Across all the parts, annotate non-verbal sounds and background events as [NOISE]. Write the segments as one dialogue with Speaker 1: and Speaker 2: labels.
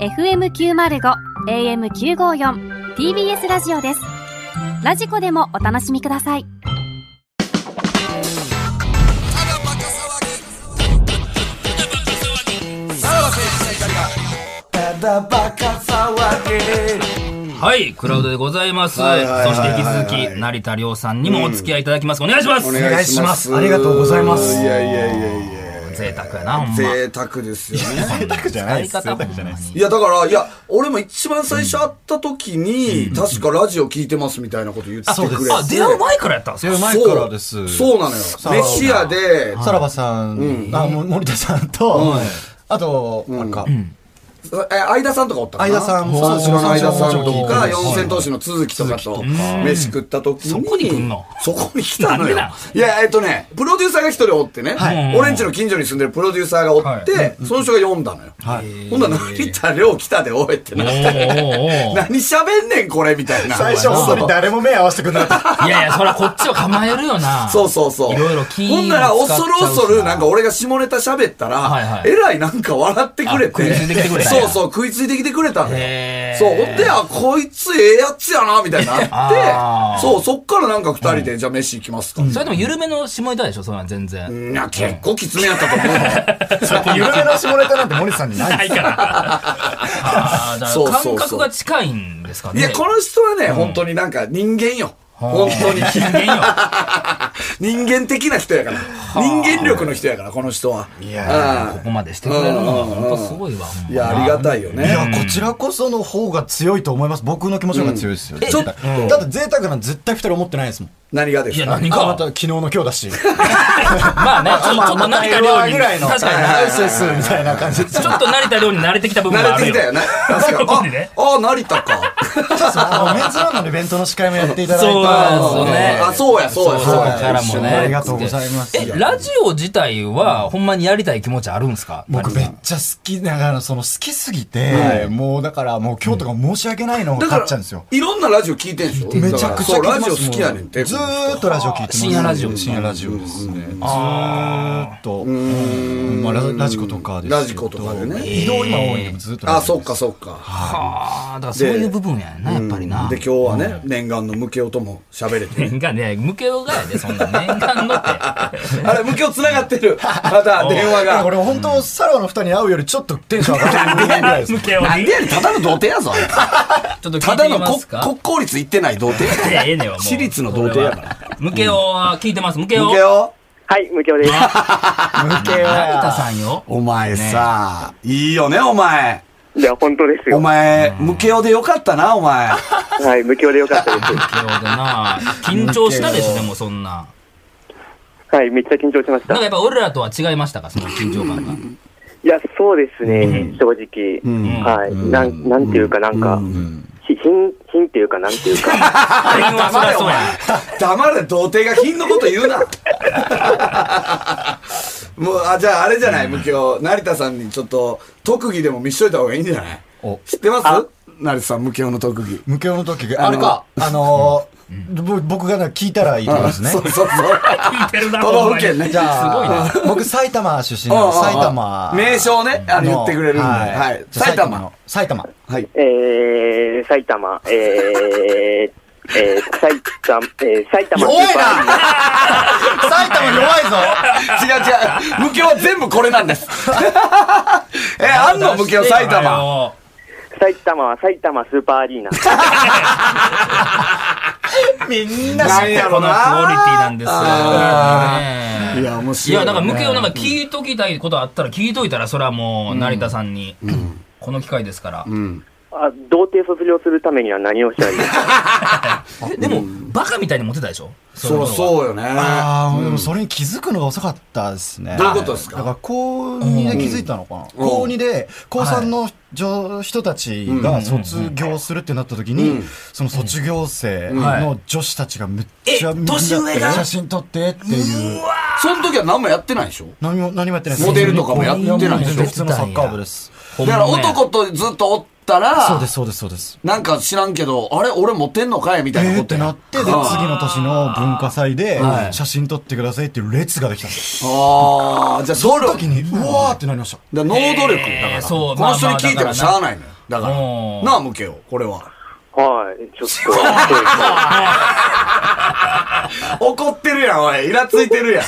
Speaker 1: FM905 AM954 TBS ラジオですラジコでもお楽しみください
Speaker 2: はい、クラウドでございます。そ
Speaker 3: はいはいはい
Speaker 2: して
Speaker 3: はい
Speaker 2: 引き続き、成田凌さんにもお付き合いいただきます。お願いします。
Speaker 3: お願いします。
Speaker 4: お願いしますありがとうございます
Speaker 3: いやいやいやいや。
Speaker 2: 贅沢やな、ほんま。
Speaker 3: 贅沢ですよね。
Speaker 4: じゃない
Speaker 2: です贅沢じゃないです。
Speaker 3: いや、だから、いや、俺も一番最初会った時に、確かラジオ聞いてますみたいなこと言ってくれて。
Speaker 2: あ、出会う前からやったんですか
Speaker 4: 前からです。
Speaker 3: そうなのよ。
Speaker 4: あ
Speaker 3: メシアで、
Speaker 4: さらばさん、あ、も森田さんと、あと、なんか、
Speaker 3: え、相田さんとかおったか
Speaker 4: 相
Speaker 3: な
Speaker 4: 田さんも
Speaker 3: そう、後ろの相田さんと
Speaker 4: は
Speaker 3: か、
Speaker 4: い
Speaker 3: 四千頭身の都築とかと、飯食った時に。
Speaker 2: そこに来んの
Speaker 3: そこに来たのよ
Speaker 2: なんでなん。
Speaker 3: いや、えっとね、プロデューサーが一人おってね、俺んちの近所に住んでるプロデューサーがおって、その人が読んだのよ。ほんなら、成田亮来たで、おいってなって。
Speaker 2: おーおーお
Speaker 3: 何喋んねん、これ、みたいな。
Speaker 4: 最初、本当に誰も目合わせてくれなかった。
Speaker 2: ーいやいや、そりゃこっちを構えるよな。
Speaker 3: そうそうそう。
Speaker 2: いろいろ聞い
Speaker 3: ほんなら、恐る恐る、なんか
Speaker 2: お
Speaker 3: 俺が下ネタ喋ったら、
Speaker 2: はいはい
Speaker 3: えらいなんか笑ってくれて。
Speaker 2: あ食いついてきてくれたんや
Speaker 3: そうそう、食いついてきてくれた
Speaker 2: へー
Speaker 3: のよそう、ほんで、あ、こいつええやつやな、みたいにな
Speaker 2: あー
Speaker 3: って、そう、そっからなんか二人で、じゃあ飯行きますか。
Speaker 2: それでも緩めの下ネタでしょ、そんなん全然。
Speaker 3: いや、結構きつめやったと
Speaker 2: [LAUGHS]
Speaker 3: 思うよ。
Speaker 4: 緩めの下ネタなんて森田さんにないです。
Speaker 2: あーだ
Speaker 3: そう
Speaker 2: か
Speaker 3: そう
Speaker 2: ら
Speaker 3: そ
Speaker 2: 感覚
Speaker 3: う
Speaker 2: が近いんですかね。
Speaker 3: いや、この人はね、本当になんか人間よ。本当に。
Speaker 2: 人間よ。
Speaker 3: [LAUGHS] 人間的な人やから。人間力の人やから、この人は。い
Speaker 2: ここまでしてくれるのが本当すごいわ。ほんま
Speaker 3: いや、ありがたいよね。
Speaker 4: いや、こちらこその方が強いと思います。僕の気持ちの方が強いですよ。
Speaker 3: ちょっ
Speaker 4: 絶対だって贅沢なんて絶対二人思ってないですもん。
Speaker 3: 何がです
Speaker 2: いや、
Speaker 3: か
Speaker 2: 何
Speaker 4: あ
Speaker 2: か
Speaker 4: また。昨日の今日だし。
Speaker 2: まあね、ちょちょっと成田凌に。
Speaker 4: ぐらいの。
Speaker 2: 確かに
Speaker 4: はいそうですみたいな感じで。
Speaker 2: [LAUGHS] ちょっと成田凌に慣れてきた部分が
Speaker 3: 慣
Speaker 2: あ
Speaker 3: れ
Speaker 2: る
Speaker 3: てき
Speaker 2: よ。[LAUGHS]
Speaker 3: たよね。確
Speaker 2: こ
Speaker 3: か
Speaker 2: こに
Speaker 3: に
Speaker 2: ね。
Speaker 3: あ、あ、成田か。
Speaker 4: あのメンズラーのイベントの司会もやっていただいて。
Speaker 2: そうなんですよね
Speaker 3: あ、そうや、そうや、
Speaker 2: そう
Speaker 3: そう
Speaker 2: だ
Speaker 3: や。
Speaker 2: からもね。
Speaker 4: ありがとうございます
Speaker 2: え、ラジオ自体は、ほんまにやりたい気持ちあるんすか
Speaker 4: 僕めっちゃ好きながら、その好きすぎて、もうだからもう今日とか申し訳ないのが
Speaker 3: だ
Speaker 4: 勝
Speaker 3: か
Speaker 4: っちゃうんです
Speaker 3: ら
Speaker 4: よ、。
Speaker 3: いろんなラジオ聞いてんでしょ
Speaker 4: めちゃくちゃ聞
Speaker 3: そ、
Speaker 4: いうてま
Speaker 3: ラ
Speaker 4: す
Speaker 3: ジオ好きやねんて。
Speaker 4: ずーっとラジオ聞いてます。
Speaker 2: 深夜ラジオ
Speaker 4: 深夜ラジオですね。ずーっと。まあララジコとかですけど
Speaker 3: ラジコとかでね
Speaker 4: 移動今多いんでもずーっとラ
Speaker 3: あ、
Speaker 4: ジコ
Speaker 3: そっ
Speaker 4: です。
Speaker 3: か、そっか。
Speaker 2: ああ、だからそういう部分やな、やっぱりな
Speaker 3: で、。今日はね、念願のムケオとも喋れ
Speaker 2: [LAUGHS]
Speaker 3: て。
Speaker 2: 念願ね、無形がやで、そんな念願
Speaker 4: [LAUGHS]
Speaker 2: のって。
Speaker 3: あれ、ムケオ繋がってる。また、電
Speaker 4: だ
Speaker 3: 話
Speaker 4: から
Speaker 3: が。
Speaker 4: [LAUGHS] 俺本当、サロの二人に会うよりちょっとテンション上がってるぐらいで
Speaker 3: [LAUGHS]
Speaker 4: す。
Speaker 2: 無形を
Speaker 3: なん
Speaker 2: ね
Speaker 3: でやねん、ただの童貞やぞ。
Speaker 2: ちょっと聞
Speaker 3: [LAUGHS] た
Speaker 2: いて
Speaker 3: だ
Speaker 2: み
Speaker 3: の
Speaker 2: ま
Speaker 3: こ
Speaker 2: すか
Speaker 3: 国公立行ってない童貞
Speaker 2: いやええねんわもう
Speaker 3: 私立の童貞やから。
Speaker 2: 無形は聞いてます、無形を。
Speaker 3: ム
Speaker 2: 成
Speaker 3: ケオ
Speaker 5: はい、無教です。 [LAUGHS]
Speaker 2: 田さんよ。
Speaker 3: お前さ、いいよね、お前。
Speaker 5: いや、本当です
Speaker 3: お
Speaker 5: よ。
Speaker 3: 前、ムケオでよかったな、お前。
Speaker 5: はい、無教でよかったです。
Speaker 2: 無
Speaker 5: [LAUGHS]
Speaker 2: 形でな。緊張したでしょ、でもそんな。
Speaker 5: はい、めっちゃ緊張しま
Speaker 2: なん
Speaker 5: した
Speaker 2: か。やっぱ俺らとは違いましたか、その緊張
Speaker 3: [LAUGHS]
Speaker 2: 感が。
Speaker 5: いや、そうですね、正直。はい、なん、なんていうかなんか、ひ、ひん、ひんっていうかなんていうか。 [LAUGHS]
Speaker 2: 品はそりゃそうやん。
Speaker 3: 黙れ、童貞が品のこと言う
Speaker 4: [LAUGHS]
Speaker 3: な。もう、あ、じゃあ、あれじゃない、もう今日、成田さんにちょっと、特技でも見しといた方がいいんじゃない
Speaker 4: お
Speaker 3: 知ってます成田さん、無形の特技。
Speaker 4: 無形の時、あれか、あのー、ぼ僕がなんか聞いたらいいってことですね。
Speaker 3: そうそうそう。
Speaker 2: 聞いてるな、
Speaker 3: 都
Speaker 2: ほんま
Speaker 3: 道府
Speaker 2: に
Speaker 3: 県
Speaker 4: [LAUGHS]
Speaker 3: ね。
Speaker 4: じゃあ、僕埼玉出身なんで、埼玉
Speaker 3: うんうんうん名称ね、あの、言ってくれるんで。はい。
Speaker 4: じゃあ
Speaker 3: 埼玉。。
Speaker 4: 埼玉。
Speaker 3: はい。
Speaker 5: えー、埼玉、えー、えー、埼玉、えー、埼玉ス
Speaker 3: [LAUGHS]
Speaker 5: ー
Speaker 4: 弱い
Speaker 5: パーアリーナ。
Speaker 4: な埼玉弱いぞ
Speaker 3: 違う違う。無形は全部これな
Speaker 4: [LAUGHS]
Speaker 3: んです。え、あんの無形、埼玉。。
Speaker 5: 埼玉は埼玉スーパーアリーナ。
Speaker 4: みんな
Speaker 3: なんや
Speaker 2: このクオリ
Speaker 3: ろ
Speaker 2: ティ
Speaker 3: な。
Speaker 2: なんですよね。
Speaker 3: いや面白い
Speaker 2: いや、だから、無形なんか聞いときたいことあったら聞いといたら、それはもう、成田さんに、この機会ですから。
Speaker 5: あ、童底卒業するためには何をしたらいいですか
Speaker 2: でも、バカみたいにモテたでしょ
Speaker 3: そうそうよね。
Speaker 4: ああ、でもそれに気づくのが遅かったですね。
Speaker 3: どういうことですか
Speaker 4: だから、高2で気づいたのかな。高2で、高3の女人たちが卒業するってなった時に、その卒業生の女子たちがむっちゃ
Speaker 2: うんえ年上が
Speaker 4: 写真撮ってっていう。
Speaker 3: その時は何もやってないでしょ
Speaker 4: 何も、何もやってない
Speaker 3: モデルとかもやってないでしょ
Speaker 4: 普通のサッカー部です。
Speaker 2: ほ
Speaker 3: だ
Speaker 2: んま
Speaker 3: か
Speaker 2: や
Speaker 3: ら男とずっとおった
Speaker 4: そう
Speaker 3: ら
Speaker 4: で、す、そうです、そうです。
Speaker 3: なんか知らんけど、あれ俺モテんのかいみたい
Speaker 4: え
Speaker 3: な
Speaker 4: ー
Speaker 3: こ
Speaker 4: っ
Speaker 3: と
Speaker 4: て
Speaker 3: や
Speaker 4: なって、で、次の年の文化祭で
Speaker 2: は、い
Speaker 4: 写真撮ってくださいっていう列ができたんです
Speaker 3: ああ、じゃあその
Speaker 4: よ。時に、うわーってなりました。
Speaker 3: だから能動力だから、
Speaker 2: えーそう
Speaker 3: この人
Speaker 2: まあ
Speaker 3: に
Speaker 2: まあ
Speaker 3: 聞いてもしゃあないのよだから
Speaker 2: うん
Speaker 3: なあ向けようこれは
Speaker 5: はい、 [LAUGHS] ちょっと、そうですね
Speaker 3: 怒ってるやんおいイラついてるやん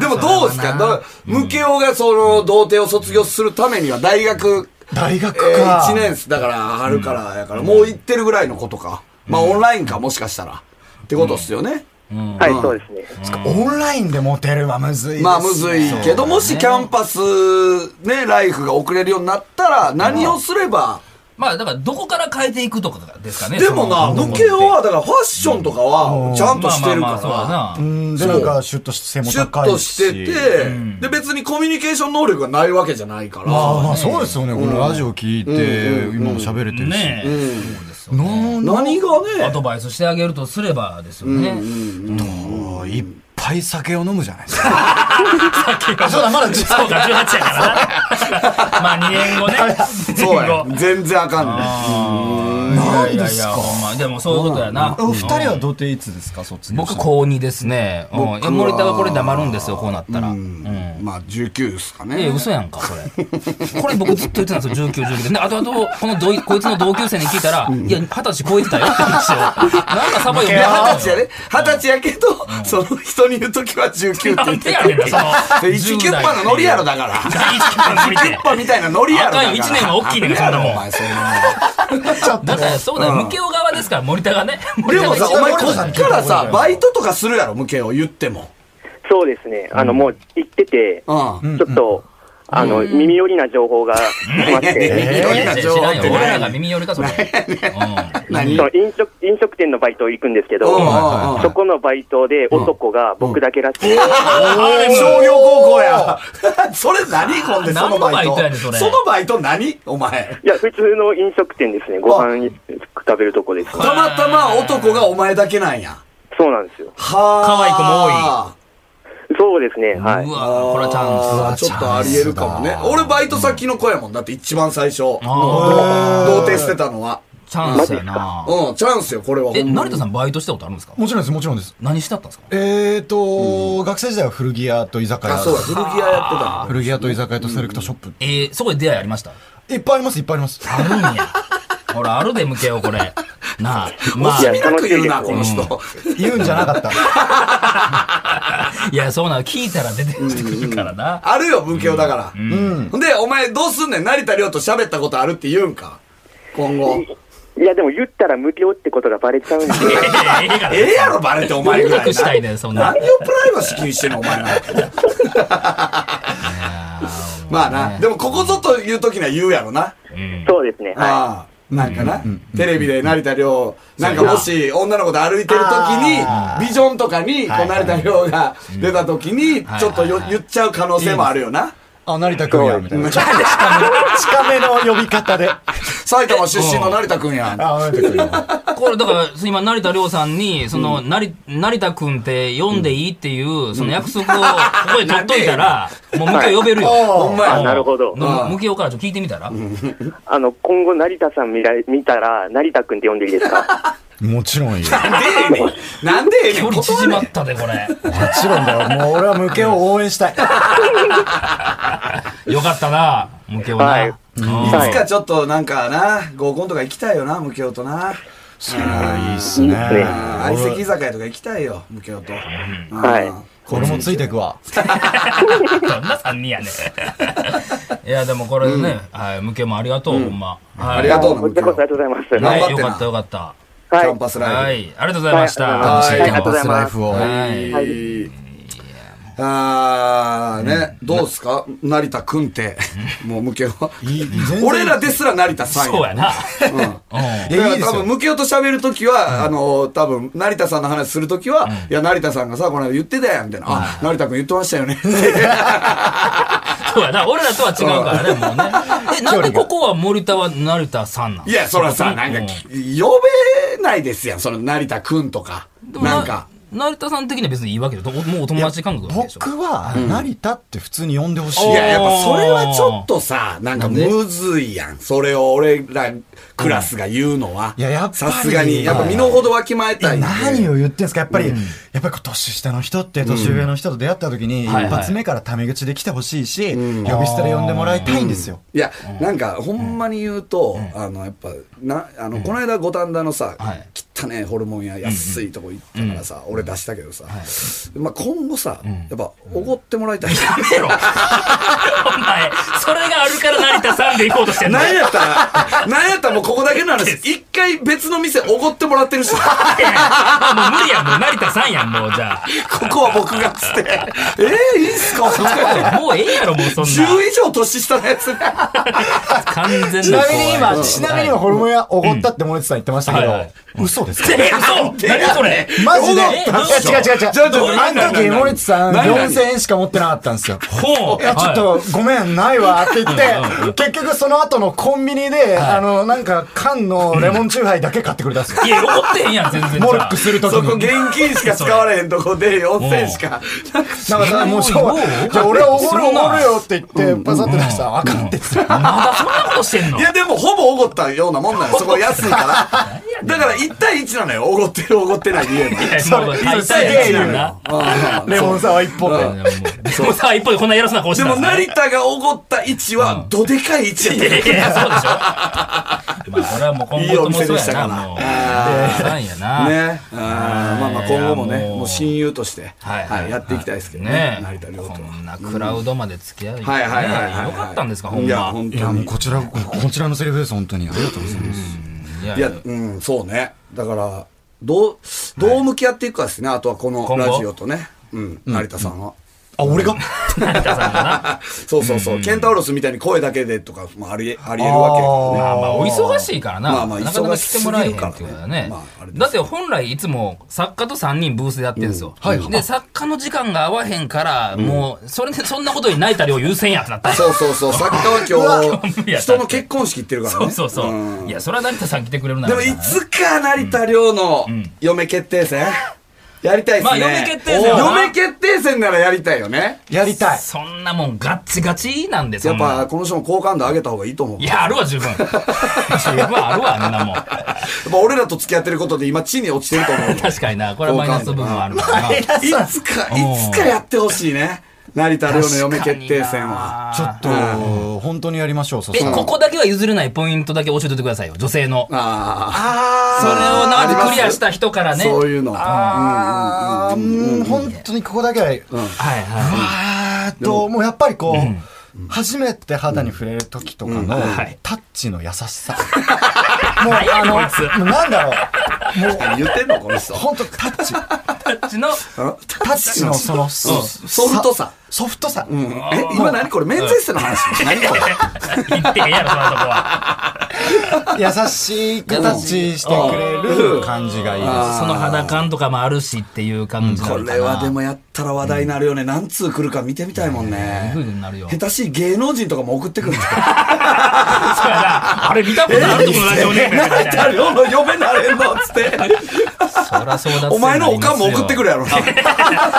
Speaker 3: でもどうですかだ向けようがその童貞を卒業するためには大学
Speaker 4: 大学
Speaker 3: えー
Speaker 4: か。
Speaker 3: 1年生だから春からやから、もう行ってるぐらいのことか、まあオンラインかもしかしたらってことっすよね、
Speaker 5: はい、そうですね。
Speaker 4: オンラインでモテるはむずいですね
Speaker 3: まあむずいけど、もしキャンパスねライフが送れるようになったら何をすれば、
Speaker 2: まあ、だから、どこから変えていくとかですかね。
Speaker 3: でもな、
Speaker 2: その
Speaker 3: 向けようは、だからファッションとかは、ちゃんとしてる
Speaker 2: まあまあま
Speaker 3: か
Speaker 2: あ
Speaker 4: う
Speaker 2: そうだなん
Speaker 4: で、なんか、シュッとして背
Speaker 3: ら、
Speaker 4: も
Speaker 3: シュ
Speaker 4: 高
Speaker 3: ッ
Speaker 4: い
Speaker 3: と
Speaker 4: し。
Speaker 3: してて、で、別にコミュニケーション能力がないわけじゃないから、
Speaker 4: ああ、まあそうですよね。このラジオ聞いて、今も喋れてるし。
Speaker 2: ねえ、そうですよ
Speaker 4: な
Speaker 2: ね。
Speaker 4: ん
Speaker 3: 何
Speaker 2: ア
Speaker 3: が
Speaker 2: ド
Speaker 3: ね、
Speaker 2: バイスしてあげるとすればですよね。
Speaker 4: もういっぱい酒を飲むじゃないですか。あ、そうだ、まだ実
Speaker 2: そうか、18やからな。まあ、2年後ね。
Speaker 3: そうや
Speaker 2: 2。
Speaker 3: 全然あかんね。
Speaker 2: な
Speaker 4: 何ですか
Speaker 2: ほんま、でもそういうことやな。
Speaker 4: お二人は童貞いつですか、卒業
Speaker 2: 僕、高2ですね。うん
Speaker 3: 僕はい
Speaker 2: や森田がこれ黙るんですよ、こうなったら。うん
Speaker 3: まあ、19ですか
Speaker 2: え
Speaker 3: ね。
Speaker 2: え、嘘やんか、それ。これ僕ずっと言ってたんですよ、19、19で。であとあと、このどいこいつの同級生に聞いたら、いや、二十歳超えてたよって話を。なんかサボよ、
Speaker 3: いや二十歳やね。二十歳やけど、その人に言うときは19って
Speaker 2: な
Speaker 3: 言
Speaker 2: ん
Speaker 3: って
Speaker 2: でやねんな、その。
Speaker 3: 一キュッパのノリやろだから。
Speaker 2: 一キュッパのノリ
Speaker 3: 一キュッパみたいなノリやろだから。
Speaker 2: あかんよ一年は大きいねんからそんなもん
Speaker 3: お前そんなもん
Speaker 2: だから、そうだよ、向けよう側ですから、森田がね。
Speaker 3: でもさ、
Speaker 4: いや
Speaker 3: お前こ
Speaker 4: 森田さん
Speaker 3: っからさ、バイトとかするやろ、向けを言っても。
Speaker 5: そうですね。あの、もう行ってて、ち
Speaker 3: う
Speaker 5: ょ
Speaker 3: ん。
Speaker 5: っと、あの、耳寄りな情報が来まし
Speaker 3: え
Speaker 5: て、
Speaker 3: ー
Speaker 2: いやいや知らんよ
Speaker 3: えー
Speaker 2: 俺らが耳寄りか、それ。
Speaker 3: 何
Speaker 5: その飲食飲食店のバイト行くんですけど
Speaker 3: うんうんうん、
Speaker 5: そこのバイトで男が僕だけらしくて、
Speaker 3: 商業高校や。 [LAUGHS] それ何ほんで、そのバ
Speaker 2: 何のバ
Speaker 3: イト
Speaker 2: イトやねんそ。れ
Speaker 3: そのバイト何お前。
Speaker 5: いや、普通の飲食店ですね。ご飯食べるとこです。
Speaker 3: たまたま男がお前だけなんや。
Speaker 5: そうなんですよ。
Speaker 3: はあ。
Speaker 2: 可愛い子も
Speaker 3: 多い。
Speaker 5: そうですね。は
Speaker 2: うん。う
Speaker 5: い。
Speaker 2: わ、これはチャン
Speaker 3: ちょっとありえるかもね。俺バイト先の子やもん。だって一番最初。の童貞捨てたのは。
Speaker 2: ス。チャンスやな。
Speaker 3: うん、チャンスよ、これは。
Speaker 2: え、成田さんバイトしたことあるんですか
Speaker 4: もちろんです、もちろんです。
Speaker 2: 何してあったんですか
Speaker 4: えーと、学生時代は古着屋と居酒
Speaker 3: あ、
Speaker 4: 屋。
Speaker 3: そうだ、古着屋やってたの。
Speaker 4: 古着屋と居酒屋とセレクトショップ。
Speaker 2: えー、そこで出会いありました
Speaker 4: いっぱいあります、いっぱいあります。
Speaker 2: あるんや。ほら、あるで、向けよう、これ。なあ。まあ
Speaker 5: い、や
Speaker 3: 見なく言うな、
Speaker 5: 楽
Speaker 3: こ
Speaker 5: しい
Speaker 3: の
Speaker 5: で
Speaker 3: 人。
Speaker 4: 言うんじゃなかった。
Speaker 2: いや、そうなの。聞いたら出てきてくるからな。
Speaker 3: あるよ、文教だから。うん。で、お前どうすんねん、成田亮と喋ったことあるって言うんか。今後。
Speaker 5: いや、でも言ったら無料ってことがバレちゃうんで、
Speaker 2: ええええから
Speaker 3: ええやろ、バレてお前ぐらいな。
Speaker 2: 隠したいねそんな
Speaker 3: 何をプライバシー気にしてんの、お前ら。 [LAUGHS] まあな、でもここぞという時には言うやろな。
Speaker 5: そうですね。は
Speaker 3: ああ、なんかな。テレビで成田亮、なんかもし女の子と歩いてる時
Speaker 4: あ
Speaker 3: に、ビジョンとかに、こう成田亮が出た時に、ちょっとよ言っちゃう可能性もあるよな。
Speaker 4: あ、成田君や、みたいな。近めの呼び方で。
Speaker 3: [LAUGHS] 埼玉出身の成田君やん。
Speaker 4: あ、成田君や。
Speaker 2: これ、だから、今、成田亮さんに、その、なり、成田くんって読んでいいっていう、その約束を、ここで取っといたら、もう向け呼べるよ。
Speaker 3: ほんま
Speaker 5: い。あ、
Speaker 3: や。
Speaker 5: なるほど。
Speaker 2: の向けようからちょっと聞いてみたら
Speaker 5: あの、今後成田さん見られ見たら、成田くんって呼んでいいですか
Speaker 4: もちろんいい。も
Speaker 3: なんでええねん。 [LAUGHS] なんでええね
Speaker 2: 距
Speaker 3: ん。
Speaker 2: 離
Speaker 3: 断
Speaker 2: 縮
Speaker 3: れ
Speaker 2: まったで、これ。
Speaker 4: ちろんだよ。もう俺は向けを応援したい。
Speaker 2: [LAUGHS] よかったな、向けを
Speaker 5: は
Speaker 2: な。
Speaker 5: い。
Speaker 3: い
Speaker 5: は
Speaker 3: つか
Speaker 5: い。
Speaker 3: ちょっとなんかな、合コンとか行きたいよな、無教とな。
Speaker 4: それはいいっすね。
Speaker 5: ね
Speaker 3: あー相席居酒屋とか行きたいよ、無教と。
Speaker 5: はい
Speaker 3: うん
Speaker 4: これもついてくわ。
Speaker 2: どんな3人やね [LAUGHS] ん。いや、でもこれね、はい、向けもありがとう、ほんま。はい
Speaker 3: ありがとうな、
Speaker 5: こ
Speaker 3: 無
Speaker 5: ちらこそありがとうございます。
Speaker 2: は
Speaker 3: 頑張っ
Speaker 2: い、
Speaker 3: て
Speaker 2: よ
Speaker 3: な
Speaker 2: かったよかった。
Speaker 3: キ
Speaker 5: は
Speaker 3: ャ
Speaker 5: い
Speaker 3: ン。パス
Speaker 2: は
Speaker 3: ライ
Speaker 2: い、ありがとうございました。
Speaker 5: はい
Speaker 4: 楽しい
Speaker 5: はい
Speaker 4: キャンパスライフを。
Speaker 2: は
Speaker 3: ブ。
Speaker 2: い。
Speaker 3: はいあーね、どうすか成田くんって、もう、ムケオは。俺らですら成田さん
Speaker 2: そうやな。
Speaker 3: だから多分、ムケオと喋るときは、あの、多分、成田さんの話するときは、いや、成田さんがさ、この間言ってたやん、みたいな。あ、成田くん言ってましたよね。
Speaker 2: そうやな。俺らとは違うからね、もうね。え、なんでここは森田は成田さんなの
Speaker 3: いや、そらさ、なんか、
Speaker 2: うん
Speaker 3: 呼べないですやん、その成田くんとか。
Speaker 2: でも
Speaker 3: なんか。
Speaker 2: 成田さん的には別にいいわけで、どもうお友達感覚なんでしょ。
Speaker 4: 僕は、成田って普通に呼んでほしい。
Speaker 3: い
Speaker 2: い
Speaker 3: や、
Speaker 2: や
Speaker 3: やっ
Speaker 2: 僕
Speaker 3: ぱそれはちょっとさ、なんか
Speaker 4: なんで
Speaker 3: むずいやん。それを俺らクラスが言うのは。
Speaker 4: うんいややっぱり
Speaker 3: さすがに。やっぱ身の程わきまえたいんで。
Speaker 4: 何を言ってんすかやっぱり、やっぱりこう年下の人って年上の人と出会った時に、一
Speaker 2: はいはい
Speaker 4: 発目からタメ口で来てほしいし、呼び捨てで呼んでもらいたいんですよ。
Speaker 3: いや、なんか、ほんまに言うと、あの、やっぱ、な、あの、この間、五反田のさ
Speaker 2: はい、
Speaker 3: 汚ねえホルモン屋、安いとこ行ったからさ、俺出したけどさ、まあ、今後さ、やっぱ、おごってもらいたい。
Speaker 2: やめろお前、それがあるから成田さんで行こうとしてんの。
Speaker 3: なんやったら、 [LAUGHS] なんやったらもうここだけの話、一回別の店おごってもらってるし、
Speaker 2: [LAUGHS]
Speaker 3: こ
Speaker 2: もう無理やん、もう成田さんやん、もうじゃ
Speaker 3: こは僕がっつって、えー、いいっすか
Speaker 2: あ。もうええやろ、もうそん
Speaker 3: 10
Speaker 2: な。
Speaker 3: 以上年下の
Speaker 2: [LAUGHS]
Speaker 3: やつが。
Speaker 2: 完全な
Speaker 4: ちなみに
Speaker 2: う
Speaker 4: 今、
Speaker 2: ん
Speaker 4: ちなみに今、ホルモン屋おごったって森田さん言ってましたけ
Speaker 2: うんはいは
Speaker 4: ど、嘘ですか
Speaker 2: え、嘘何それ
Speaker 4: マジで。いや、違
Speaker 2: えどうし
Speaker 4: う違う違う。
Speaker 3: ょちょ
Speaker 4: あの時、森田さん、4000円しか持ってなかったんですよ。
Speaker 2: ほう。
Speaker 4: いや、ちょっ
Speaker 2: は
Speaker 4: と、ごめん、ないわ、って言って、結局その後のコンビニで、あの、なんか、缶のレモンチューハイだけ買ってくれたんですよ
Speaker 2: い。。いや、怒ってへんやん、全然。
Speaker 4: モルックするとき
Speaker 3: そこ
Speaker 4: に。
Speaker 3: 現金しか使われへんとこで4000しか。
Speaker 4: なんかさ、もうしょうが
Speaker 2: もう
Speaker 4: じゃあ俺はおごる
Speaker 2: そ
Speaker 4: お
Speaker 2: んな
Speaker 4: ごるよって言って、パサって出したら、あかんって言ってた。
Speaker 2: まだそんなことしてんの
Speaker 3: いやでもほぼおごったようなもん
Speaker 2: [LAUGHS]
Speaker 3: なんよそこ安いから。だから1対1なのよ。おごってるおごってないで言えば。
Speaker 2: もう大体やんな。
Speaker 3: ああ
Speaker 4: レモンサワー一本で。
Speaker 2: でもさ、一方でこんな偉そうな顔して
Speaker 3: で
Speaker 2: た
Speaker 3: も
Speaker 2: んね
Speaker 3: 成田がおごった位置はどでかい位置やっ
Speaker 2: い
Speaker 3: た
Speaker 2: やいや、そうでしょ。まあ、これはもう今
Speaker 3: いい
Speaker 2: 後
Speaker 3: お
Speaker 2: とも
Speaker 3: 店
Speaker 2: そう
Speaker 3: でし
Speaker 2: や
Speaker 3: たか
Speaker 2: な、
Speaker 3: ら
Speaker 2: もう。
Speaker 3: あー
Speaker 2: さんやな。
Speaker 3: ね。あーまあまあ今後もね、
Speaker 2: いやもう
Speaker 3: もう親友として、
Speaker 2: はい
Speaker 3: はいやっていきたいですけどね
Speaker 2: ね。
Speaker 3: 成田亮
Speaker 2: こと
Speaker 3: は。
Speaker 2: んなクラウドまで付き合いね。
Speaker 3: はいはいはいはい。
Speaker 2: よかったんですか、ほん
Speaker 3: いや、
Speaker 2: ま。
Speaker 3: 本当に。
Speaker 4: こちら、ここちらのセリフです、本当に。ありがとうございます。
Speaker 2: いや
Speaker 3: いや、うん、そうね。だから、どう、どう向き合っていくかですね。あとはこの
Speaker 2: 今後
Speaker 3: ラジオとね。うん、成田さんは。
Speaker 4: あ、俺が
Speaker 2: 成田さんがな。
Speaker 3: [LAUGHS] そうそうそう。ケンタウロスみたいに声だけでとかもあり、ありえるわけやからね。
Speaker 2: まあまあ、お忙しいからな。
Speaker 3: まあまあ
Speaker 2: なかなか
Speaker 3: 忙し
Speaker 2: 来て
Speaker 3: すぎる
Speaker 2: も
Speaker 3: か
Speaker 2: らえへん
Speaker 3: らね
Speaker 2: っていうことだね。
Speaker 3: まああれです
Speaker 2: だって本来いつも作家と3人ブースでやってるんですよ。で、作家の時間が合わへんから、もう、それでそんなことに泣いた量優先やってなったんや
Speaker 3: そうそうそう。作家は今
Speaker 2: いや
Speaker 3: 日、人の結婚式行ってるから
Speaker 2: そ
Speaker 3: ね。
Speaker 2: うそうそう。いや、それは成田さん来てくれるな
Speaker 3: で
Speaker 2: ら
Speaker 3: も、
Speaker 2: な。
Speaker 3: いつか成田亮の嫁決定戦やりたいですね。
Speaker 2: まあ嫁決定戦はな
Speaker 3: お嫁決定戦ならやりたいよね。
Speaker 4: やりたい。
Speaker 2: そんなもんガッチガチなんです
Speaker 3: や
Speaker 2: よ。
Speaker 3: っぱ、この人も好感度上げた方がいいと思う。
Speaker 2: いや、あるわ、十分。十分あるわ、あんなもん。
Speaker 3: やっぱ俺らと付き合ってることで今地に落ちてると思う。
Speaker 2: [LAUGHS] 確かにな、これはマイナス部分はあるからな。
Speaker 3: いつか、いつかやってほしいね。成田凌の嫁決定戦は。
Speaker 4: ちょっと、本当にやりましょう、そ
Speaker 2: え、
Speaker 4: したら
Speaker 2: ここだけは譲れないポイントだけ教えておいてくださいよ、女性の。
Speaker 3: あ
Speaker 2: それを
Speaker 3: あり
Speaker 2: な、
Speaker 3: ます
Speaker 2: クリアした人から
Speaker 3: あ、
Speaker 2: ね。
Speaker 3: そういうの。
Speaker 4: あーうん本当にここだけは、
Speaker 2: はいは
Speaker 4: あーと、もうやっぱりこう、初めて肌に触れる時とかの
Speaker 2: はい、
Speaker 4: タッチの優し [LAUGHS] さ。もう、あの、
Speaker 2: こいつ
Speaker 4: もうなんだろう、もう、
Speaker 3: 何言ってんのこの人。
Speaker 4: 本当タッチ。タ
Speaker 2: い。タッチの、
Speaker 4: ッチのその、ソ
Speaker 3: ソフトさ。
Speaker 4: ソフトさ。
Speaker 3: え、今何これメンズエステの話
Speaker 2: [LAUGHS]
Speaker 3: 何これ
Speaker 2: 言ってへんやろ、そんなとこは。
Speaker 4: 優しい形してくれる感じがいいです。
Speaker 2: その肌感とかもあるしっていう感じなの
Speaker 3: こ
Speaker 2: かな
Speaker 3: れはでもやったら話題になるよね。何通来るか見てみたいもんね
Speaker 2: ふう。になるよ。
Speaker 3: 下手しい芸能人とかも送ってくるんですか
Speaker 2: そうやなあれ見たことあるとこのラジオね。みたい
Speaker 3: 成
Speaker 2: な
Speaker 3: [LAUGHS] 田凌の嫁なれんのつって。
Speaker 2: そらそうだ
Speaker 3: お前のおかんも送ってくるやろな。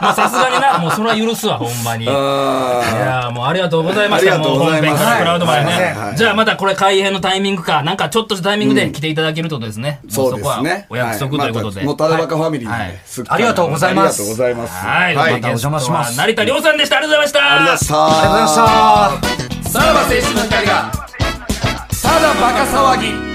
Speaker 2: まあさすがにな、もうそれは許すわ、ほんまに。いやーもうありがとうございまし
Speaker 3: あ
Speaker 2: た。
Speaker 3: りがと
Speaker 2: も
Speaker 3: う
Speaker 2: う
Speaker 3: ござい
Speaker 2: 本編
Speaker 3: ます
Speaker 2: からクラウドまで
Speaker 3: はいはいは
Speaker 2: ね
Speaker 3: い。
Speaker 2: じゃあまたこれ改編のタイミングか、なんかちょっとしたタイミングで来ていただけるとですね。も
Speaker 3: そうですね。
Speaker 2: こはお約束ということで。
Speaker 3: はまたもうただバカファミリー
Speaker 2: は
Speaker 3: なん
Speaker 2: い
Speaker 3: で。すっ
Speaker 4: ありがとうございます
Speaker 3: ありがとうございます。
Speaker 2: はい。
Speaker 4: はい
Speaker 2: またお邪魔しま
Speaker 4: ゲス
Speaker 2: す。
Speaker 4: ト
Speaker 2: 成田亮さんでした。ありがとうございました。
Speaker 3: ありがとうございました。
Speaker 4: ありがとうございました。
Speaker 3: さらば青春の光が、ただバカ騒ぎ。